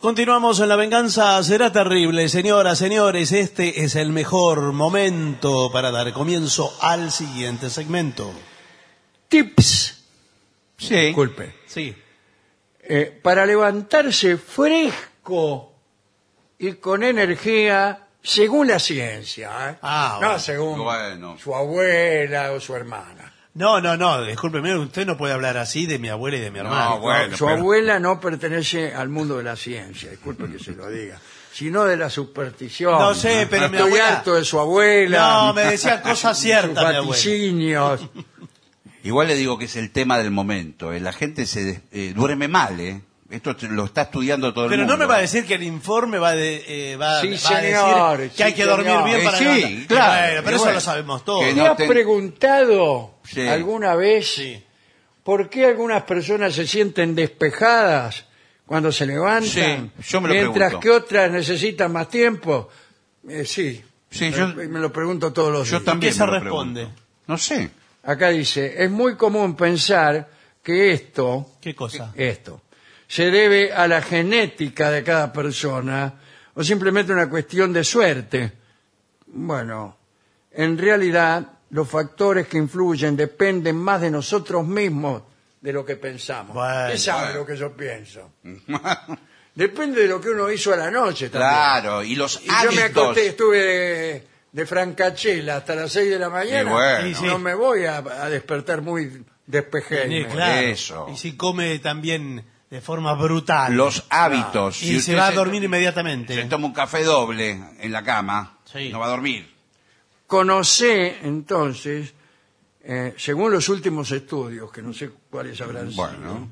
Continuamos en La Venganza Será Terrible. Señoras, señores, este es el mejor momento para dar comienzo al siguiente segmento. Tips. ¿Eh? Sí. Disculpe. Sí. Eh, para levantarse fresco y con energía según la ciencia. ¿eh? Ah, no bueno. según Bueno. su abuela o su hermana. No, no, no, discúlpeme, usted no puede hablar así de mi abuela y de mi hermana. bueno. su pero- abuela no pertenece al mundo de la ciencia, disculpe que se lo diga, sino de la superstición. No sé, pero mi Estoy abuela- harto de su abuela. No, me decía cosas sus ciertas, mi abuela. vaticinios. Igual le digo que es el tema del momento. eh, La gente se des- eh, duerme mal, ¿eh? Esto te- lo está estudiando todo el Pero mundo. no me va a decir que el informe va, de, eh, va, Sí, va a señor, decir que sí, hay que dormir señor. bien Eh, para sí, levantar. claro, Bueno, pero y eso bueno. lo sabemos todos. Que ¿Te no has ten- preguntado Sí. alguna vez Sí. por qué algunas personas se sienten despejadas cuando se levantan, Sí, yo me lo mientras pregunto. que otras necesitan más tiempo? Eh, sí, Sí, Eh, yo- me lo pregunto todos los Yo días. también. ¿Qué se me lo responde? pregunto. No sé. Acá dice, es muy común pensar que esto, ¿Qué cosa? esto, se debe a la genética de cada persona o simplemente una cuestión de suerte. Bueno, en realidad los factores que influyen dependen más de nosotros mismos de lo que pensamos. Bueno. ¿Qué sabe lo que yo pienso? Depende de lo que uno hizo a la noche también. Claro, y los Y yo hábitos. me acosté, estuve de, de francachela hasta las 6 de la mañana. Y bueno. Y sí. No me voy a, a despertar muy Sí, despejado. claro. Eso. Y si come también de forma brutal. Los hábitos. y Si se usted va a dormir inmediatamente. Se toma un café doble en la cama. Sí. No va a dormir. Conocé, entonces, eh, según los últimos estudios, que no sé cuáles habrán sido, Bueno.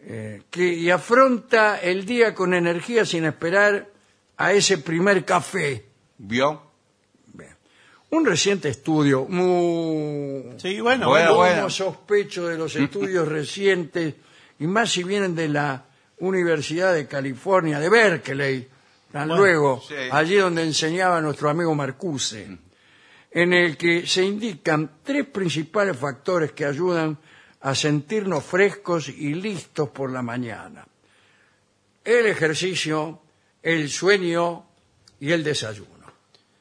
eh, que y afronta el día con energía sin esperar a ese primer café. ¿Vio? Un reciente estudio, muy, Sí, bueno, Bueno, bueno. Yo bueno. sospecho de los estudios recientes, y más si vienen de la Universidad de California, de Berkeley, tan Bueno, luego, sí. allí donde enseñaba nuestro amigo Marcuse, en el que se indican tres principales factores que ayudan a sentirnos frescos y listos por la mañana. El ejercicio, el sueño y el desayuno.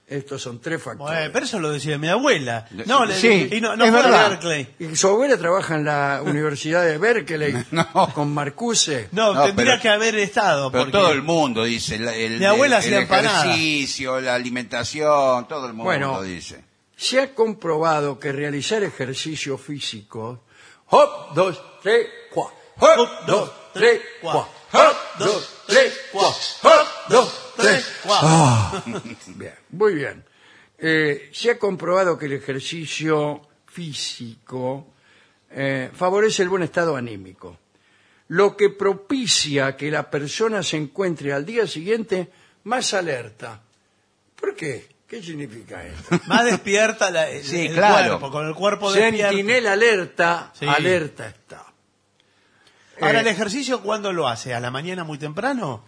Estos son tres factores. Bueno, pero eso lo decía mi abuela. No, le- Sí, y no, no es fue a verdad. Berkeley. Y su abuela trabaja en la Universidad de Berkeley con Marcuse. No, No, tendría pero- que haber estado. Pero porque todo el mundo dice. la- El, Mi abuela el- hacía el empanada. ejercicio, la alimentación, todo el mundo Bueno. dice. Se ha comprobado que realizar ejercicio físico. Hop, dos, tres, cua. Hop, dos, tres, cua. Hop, dos, tres, cua. Hop, dos, tres. Ah. Bien, muy bien. Eh, se ha comprobado que el ejercicio físico eh, favorece el buen estado anímico, lo que propicia que la persona se encuentre al día siguiente más alerta. ¿Por qué? ¿Qué significa esto? Más despierta la, el, Sí, el claro. cuerpo, con el cuerpo despierto. Sentinela alerta, Sí. alerta está. Ahora, Eh, ¿el ejercicio cuándo lo hace? ¿A la mañana muy temprano?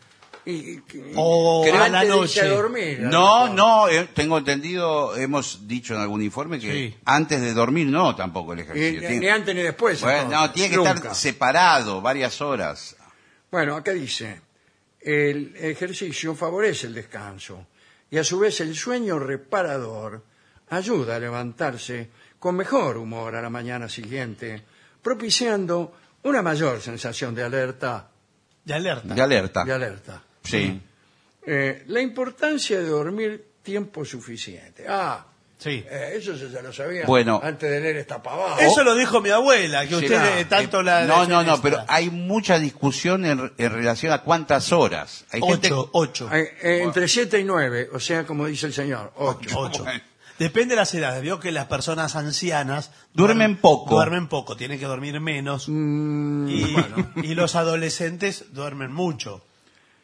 Y- y- O Creo a la antes de irse noche. a dormir, a No, lo mejor. no, eh, tengo entendido, hemos dicho en algún informe que Sí. antes de dormir no tampoco el Y- ejercicio. ni, Tiene- Eh, ni antes ni después. Bueno, no, entonces, tiene que nunca. estar separado varias horas. Bueno, acá dice, el ejercicio favorece el descanso y a su vez el sueño reparador ayuda a levantarse con mejor humor a la mañana siguiente, propiciando una mayor sensación de alerta. De alerta. De alerta. De alerta. Sí. Eh, la importancia de dormir tiempo suficiente. Ah, Sí. eh, eso yo ya lo sabía Bueno. antes de leer esta pavada. Eso lo dijo mi abuela, que Oh. Sí, usted no, eh, tanto la... No, no, no, defenestra. pero hay mucha discusión en, en relación a cuántas horas. Hay gente- Ocho, ocho. Eh, eh, entre 7 y 9, o sea, como dice el señor, 8. Ocho. Bueno. Depende de las edades. Vio que las personas ancianas Duermen duer- poco. Duermen poco, tienen que dormir menos. Mm. y, y los adolescentes duermen mucho.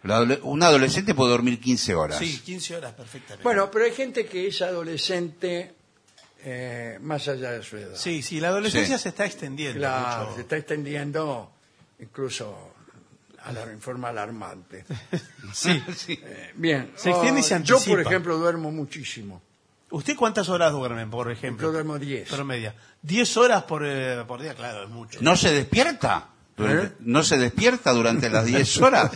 La adole- un adolescente puede dormir 15 horas. Sí, 15 horas perfectamente. Bueno, pero hay gente que es adolescente eh, más allá de su edad. sí, sí, la adolescencia Sí. se está extendiendo Claro, mucho. se está extendiendo incluso a la, en forma alarmante. Sí. Eh, Bien. Se extiende y se Oh, Yo, por anticipa. ejemplo, duermo muchísimo. ¿Usted cuántas horas duermen, por Yo ejemplo? duermo 10. Promedia. 10 horas por, eh, por día, claro, es mucho. ¿No se despierta? durante- ¿Eh? ¿No se despierta durante las 10 horas?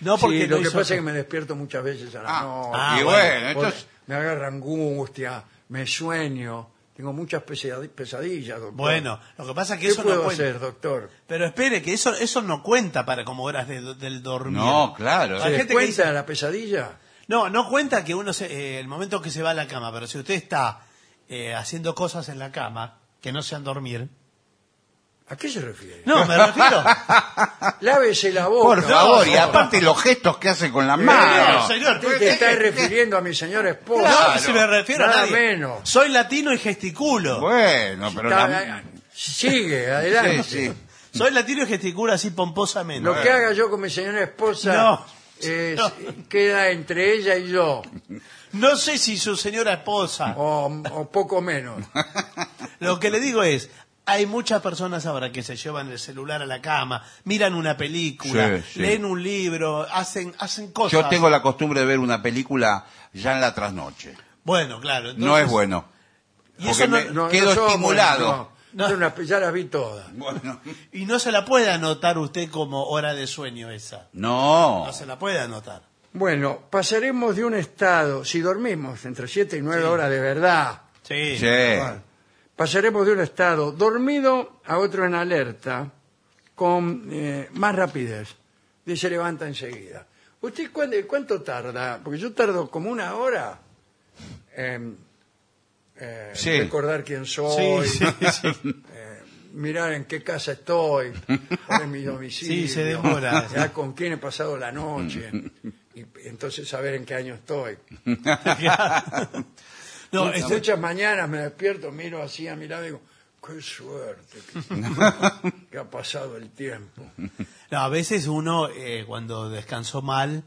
No, porque Sí, lo no que hizo- pasa es que me despierto muchas veces a la Ah, noche. ah, y bueno, bueno, Por- entonces, me agarra angustia, me sueño, tengo muchas pesadi- pesadillas, doctor. Bueno, lo que pasa es que ¿qué eso puedo no cuenta. hacer, doctor? Pero espere, que eso, eso no cuenta para como horas de- del dormir. No, claro. Hay ¿Se Sí, gente les que cuenta dice- la pesadilla? no, no cuenta que uno, se- eh, el momento que se va a la cama, pero si usted está eh, haciendo cosas en la cama que no sean dormir. ¿A qué se refiere? No, me refiero. Lávese la boca. por favor, y no. aparte los gestos que hace con la Eh, mano. señor, usted te está refiriendo a mi señora esposa. No, si me refiero Nada a nadie. menos. Soy latino y gesticulo. Bueno, pero Está- eh, la... Sigue, adelante. Sí, sí. Soy latino y gesticulo así pomposamente. Lo que haga yo con mi señora esposa No. es- No. queda entre ella y yo, No sé si su señora esposa. o, o poco menos. Lo que le digo es, hay muchas personas ahora que se llevan el celular a la cama, miran una película, Sí, sí. leen un libro, hacen, hacen cosas. Yo tengo la costumbre de ver una película ya en la trasnoche. Bueno, claro. entonces- No es bueno. Y, eso porque no, me- Quedo somos, estimulado. no. Yo una- ya las vi todas. Bueno. y no se la puede anotar usted como hora de sueño esa. No. No se la puede anotar. Bueno, pasaremos de un estado, si dormimos entre 7 y 9 horas de verdad, Sí. Sí. Bueno, pasaremos de un estado dormido a otro en alerta con eh, más rapidez. Y se levanta enseguida. ¿Usted cuán- cuánto tarda? Porque yo tardo como una hora en eh, Sí. recordar quién soy, eh, Sí, sí, sí. mirar en qué casa estoy, cuál es mi domicilio, Sí, se demora. ya con quién he pasado la noche, y entonces saber en qué año estoy. No, Muchas- este- Muchas mañanas me despierto, miro así a mi lado y digo, qué suerte que, que ha pasado el tiempo. no, a veces uno eh, cuando descansó mal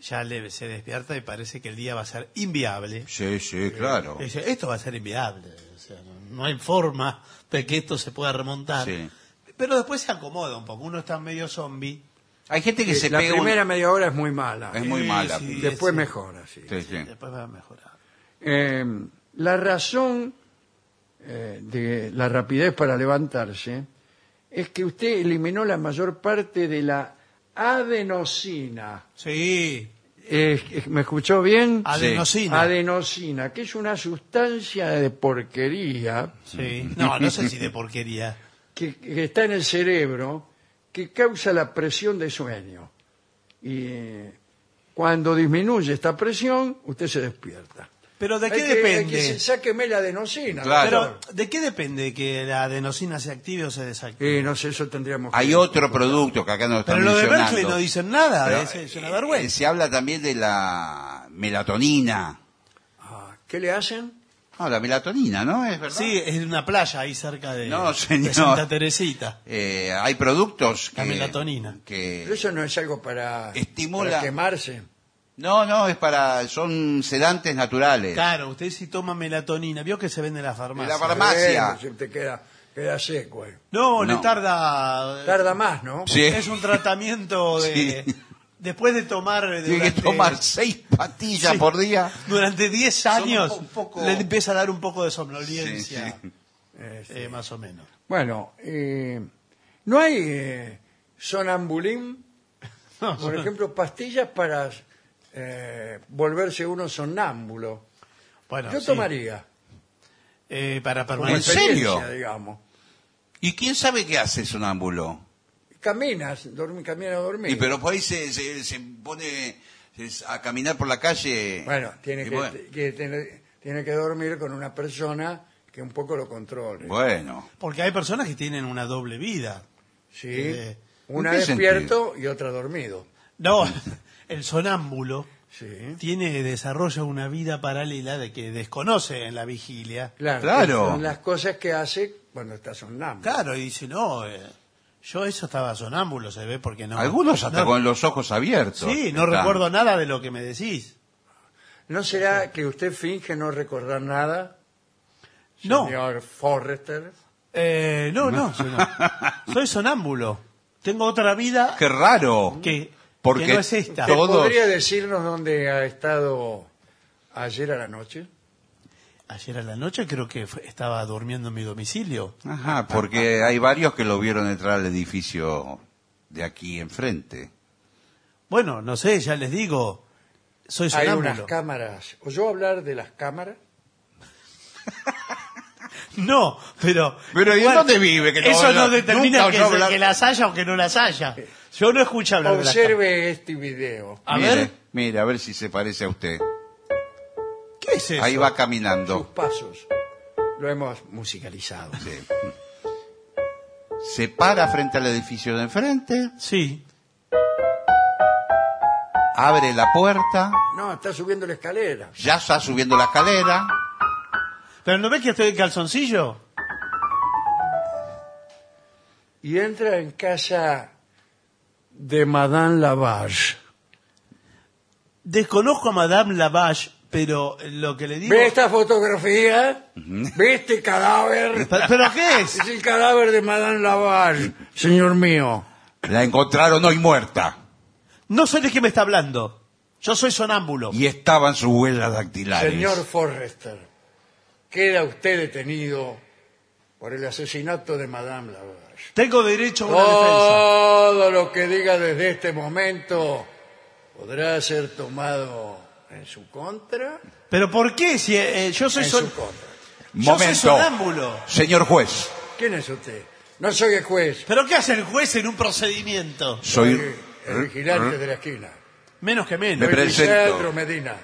ya le, se despierta y parece que el día va a ser inviable. Sí, sí, claro. Dice, esto va a ser inviable. o sea, no, no hay forma de que esto se pueda remontar. Sí. Pero después se acomoda un poco. Uno está medio zombie. Hay gente que se Eh, la pega un- primera media hora es muy mala, Es muy Sí, mala. sí. después Eh, sí. mejora. sí. Sí, sí. Después va a mejorar. Eh, la razón eh, de la rapidez para levantarse es que usted eliminó la mayor parte de la adenosina. Sí. Eh, eh, ¿Me escuchó bien? Adenosina. Adenosina, que es una sustancia de porquería Sí. No, no sé si de porquería. que, que está en el cerebro que causa la presión de sueño. Y eh, cuando disminuye esta presión, usted se despierta. Pero ¿de Hay qué que- hay depende? que se- sáqueme la adenosina. Claro. doctor. Pero, ¿de qué depende que la adenosina se active o se desactive? Eh, no sé, eso tendríamos que- Hay otro producto que acá no están Pero lo de mencionando. Berkeley no dicen nada. Pero, es, es una eh, vergüenza. Se habla también de la melatonina. Ah, ¿Qué le hacen? No, la melatonina, ¿no? Es verdad. Sí, es una playa ahí cerca de, No, señor. de Santa Teresita. Eh, hay productos que... La melatonina. Pero Que... eso no es algo para, Estimula. para quemarse. No, no, es para... Son sedantes naturales. Claro, usted si toma melatonina, vio que se vende en la farmacia. En la farmacia. Farmacia. Bueno, se te queda, queda seco. eh. No, le No. tarda. Tarda más, ¿no? Sí. Es un tratamiento de. Sí. Después de tomar. Tiene que durante- tomar seis pastillas Sí. por día. Durante 10 años un poco- le empieza a dar un poco de somnolencia, Sí, sí. Eh, sí. eh, más o menos. Bueno, eh, ¿no hay eh, sonambulín? Por ejemplo, pastillas para eh, volverse uno sonámbulo. Bueno, Yo sí. tomaría. Eh, para como ¿En permanecer. experiencia, serio? Digamos. ¿Y quién sabe qué hace sonámbulo? Caminas, dormi, camina a dormir. Y pero por ahí se, se, se pone se- a caminar por la calle. Bueno, tiene Y que, bueno, que tener- tiene que dormir con una persona que un poco lo controle. bueno. Porque hay personas que tienen una doble vida. ¿sí? Eh, una ¿en qué despierto y otra dormido. No, el sonámbulo Sí. tiene desarrolla una vida paralela de que desconoce en la vigilia. Claro, Claro. Son las cosas que hace cuando está sonámbulo. Claro, y dice, no, eh, yo eso estaba sonámbulo, se ve, porque no... Algunos hasta no- con los ojos abiertos. Sí, no Están. recuerdo nada de lo que me decís. ¿No será que usted finge no recordar nada, No, señor Forrester? eh, no, no, señor. soy sonámbulo. Tengo otra vida Qué raro. que, Porque que no es esta. todo- Todos. ¿Podría decirnos dónde ha estado ayer a la noche? Ayer a la noche creo que fue- estaba durmiendo en mi domicilio. Ajá, porque hay varios que lo vieron entrar al edificio de aquí enfrente. Bueno, no sé, ya les digo, soy Hay unas sonámbulo. cámaras. ¿Oyó hablar de las cámaras? No, pero. Pero, ¿y igual, en dónde vive? Que no- eso no no- determina nunca que, oyó hablar- Eh, que las haya o que no las haya. Yo no escucho hablar de las cámaras. Observe este video. A mire, ver. Mire, a ver si se parece a usted. ¿Qué es eso? Ahí va Sus caminando. pasos. Lo hemos musicalizado. Sí. Se para frente al edificio de enfrente, Sí. abre la puerta, No, está subiendo la escalera. ya está subiendo la escalera. ¿Pero no ves que estoy en calzoncillo? Y entra en casa de Madame Lavage. Desconozco a Madame Lavage, pero lo que le digo. ¿Ve esta fotografía? ¿Ve este cadáver? ¿Pero pero qué es? Es el cadáver de Madame Lavage, señor mío. La encontraron hoy muerta. No sé de qué me está hablando. Yo soy sonámbulo. Y estaban sus huellas dactilares. Señor Forrester, queda usted detenido por el asesinato de Madame Lavage. Tengo derecho a una Oh. defensa. Todo lo que diga desde este momento podrá ser tomado en su contra. ¿Pero por qué? Si eh, yo soy en son- su contra. Yo soy Momento. sonámbulo. Señor juez, ¿Quién es usted? No soy el juez, ¿Pero qué hace el juez en un procedimiento? soy... el eh, vigilante de la esquina. Menos que menos. Me Soy presento. Lisandro Medina,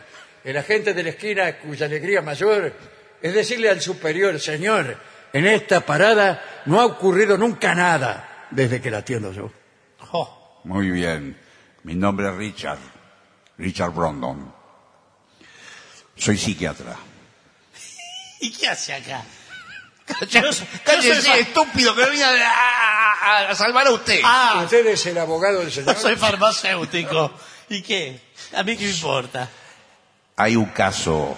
el agente de la esquina cuya alegría mayor es decirle al superior, señor, en esta parada no ha ocurrido nunca nada desde que la atiendo yo. Jo. Muy bien. Mi nombre es Richard. Richard Brondon. Soy psiquiatra. ¿Y qué hace acá? Cállese, soy fa- estúpido, que venía a, a- a salvar a usted. Ah, Usted es el abogado del yo señor. soy farmacéutico. ¿Y qué? A mí qué me importa. Hay un caso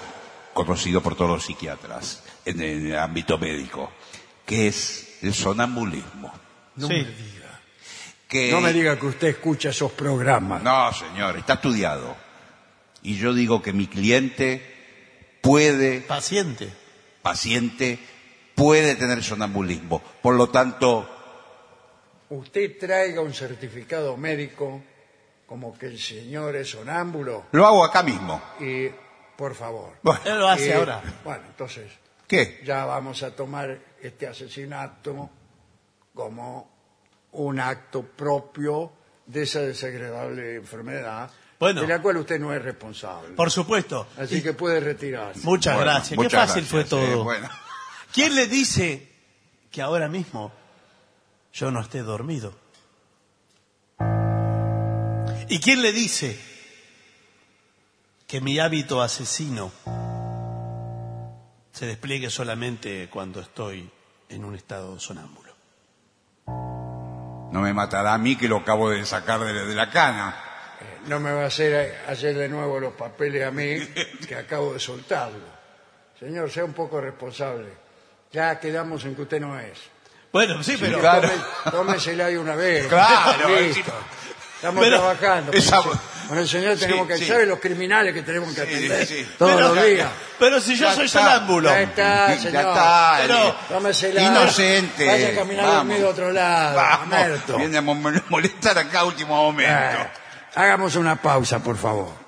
conocido por todos los psiquiatras en el ámbito médico, que es el sonambulismo. No, Sí. me diga. Que... No me diga que usted escucha esos programas. No, señor, está estudiado. Y yo digo que mi cliente puede, Paciente. paciente, puede tener sonambulismo. Por lo tanto, Usted traiga un certificado médico como que el señor es sonámbulo lo hago acá mismo. y, por favor. Bueno, Él lo hace Eh, ahora. Bueno, entonces ¿Qué? ya vamos a tomar este asesinato como un acto propio de esa desagradable enfermedad Bueno. de la cual usted no es responsable. Por supuesto. Así que puede retirarse. Muchas Bueno, gracias. muchas qué fácil gracias, fue eh, todo. bueno. ¿Quién le dice que ahora mismo yo no esté dormido? ¿Y quién le dice que mi hábito asesino se despliegue solamente cuando estoy en un estado sonámbulo? No me matará a mí que lo acabo de sacar de, de la cana. Eh, No me va a hacer hacer de nuevo los papeles a mí que acabo de soltarlo. Señor, sea un poco responsable. Ya quedamos en que usted no es. Bueno, sí, pero... claro. Tome- Tómesela de una vez. Claro, Listo. sí. Estamos Pero trabajando. Con, esa- el, se- con el señor tenemos Sí, que... sí. ¿Sabe los criminales que tenemos que Sí, atender sí, sí. todos pero- los días? Pero si yo Ya soy está. sonámbulo. Ya está, Ya señor. está, eh, Pero- Tómesela. Inocente. Vaya a caminar Vamos. conmigo a otro lado. Vamos, Amerto. viene a mo- molestar acá a último momento. Eh, Hagamos una pausa, por favor.